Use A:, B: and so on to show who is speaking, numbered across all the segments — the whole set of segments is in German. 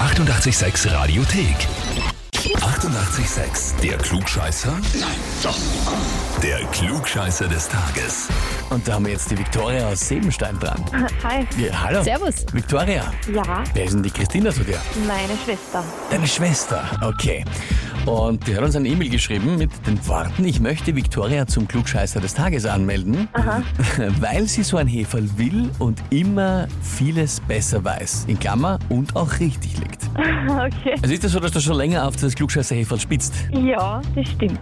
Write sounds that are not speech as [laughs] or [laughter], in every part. A: 886 Radiothek. 88,6. Der Klugscheißer? Nein, doch. Der Klugscheißer des Tages.
B: Und da haben wir jetzt die Viktoria aus Sebenstein dran.
C: Hi.
B: Ja, hallo.
C: Servus.
B: Viktoria,
C: Ja,
B: wer ist denn die Christina zu dir?
C: meine Schwester. [laughs]
B: Deine Schwester. Okay. Und die hat uns eine E-Mail geschrieben mit den Worten, ich möchte Viktoria zum Klugscheißer des Tages anmelden, [laughs] weil sie so ein Heferl will und immer vieles besser weiß. In Klammer und auch richtig liegt.
C: Okay.
B: Also ist das so, dass du schon länger auf das Klugscheißer Heferl spitzt?
C: Ja, das stimmt.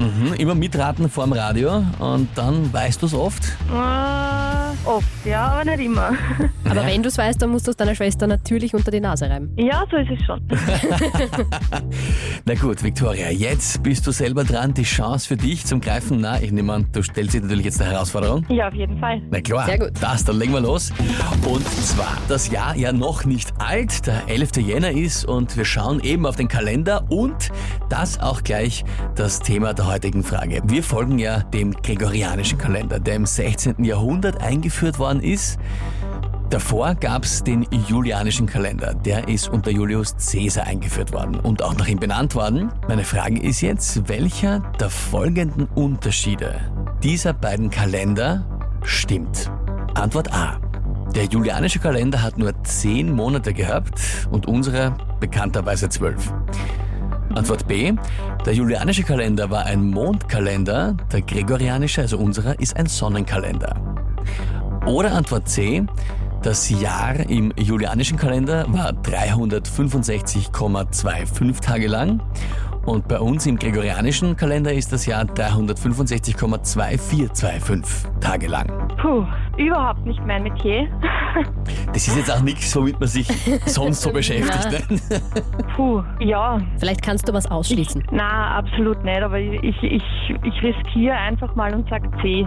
B: Mhm. Immer mitraten vorm Radio und dann weißt du es oft.
C: Äh, oft, ja, aber nicht immer.
D: Aber
B: Ja.
D: wenn du es weißt, dann musst du es deiner Schwester natürlich unter die Nase reiben.
C: Ja, so ist es schon.
B: Na gut, Victoria, jetzt bist du selber dran. Die Chance für dich zum Greifen. Na, ich nehme an, du stellst dir natürlich jetzt eine Herausforderung.
C: Ja, auf jeden Fall.
B: Na klar.
D: Sehr gut.
B: Das, dann legen wir los. Und zwar, das Jahr ja noch nicht alt, der 11. Jänner ist und wir schauen eben auf den Kalender und das auch gleich das Thema der heutigen Frage. Wir folgen ja dem gregorianischen Kalender, der im 16. Jahrhundert eingeführt worden ist. Davor gab's den julianischen Kalender. Der ist unter Julius Caesar eingeführt worden und auch nach ihm benannt worden. Meine Frage ist jetzt, welcher der folgenden Unterschiede dieser beiden Kalender stimmt? Antwort A. Der julianische Kalender hat nur 10 Monate gehabt und unsere bekannterweise 12. Antwort B. Der julianische Kalender war ein Mondkalender, der gregorianische, also unserer, ist ein Sonnenkalender. Oder Antwort C. Das Jahr im julianischen Kalender war 365,25 Tage lang und bei uns im gregorianischen Kalender ist das Jahr 365,2425 Tage lang.
C: Puh, überhaupt nicht mein Metier.
B: Das ist jetzt auch nichts, womit man sich sonst so beschäftigt. Ne?
C: Puh, ja,
D: Vielleicht kannst du was ausschließen.
C: na, absolut nicht, aber ich, ich, ich riskiere einfach mal und sag C.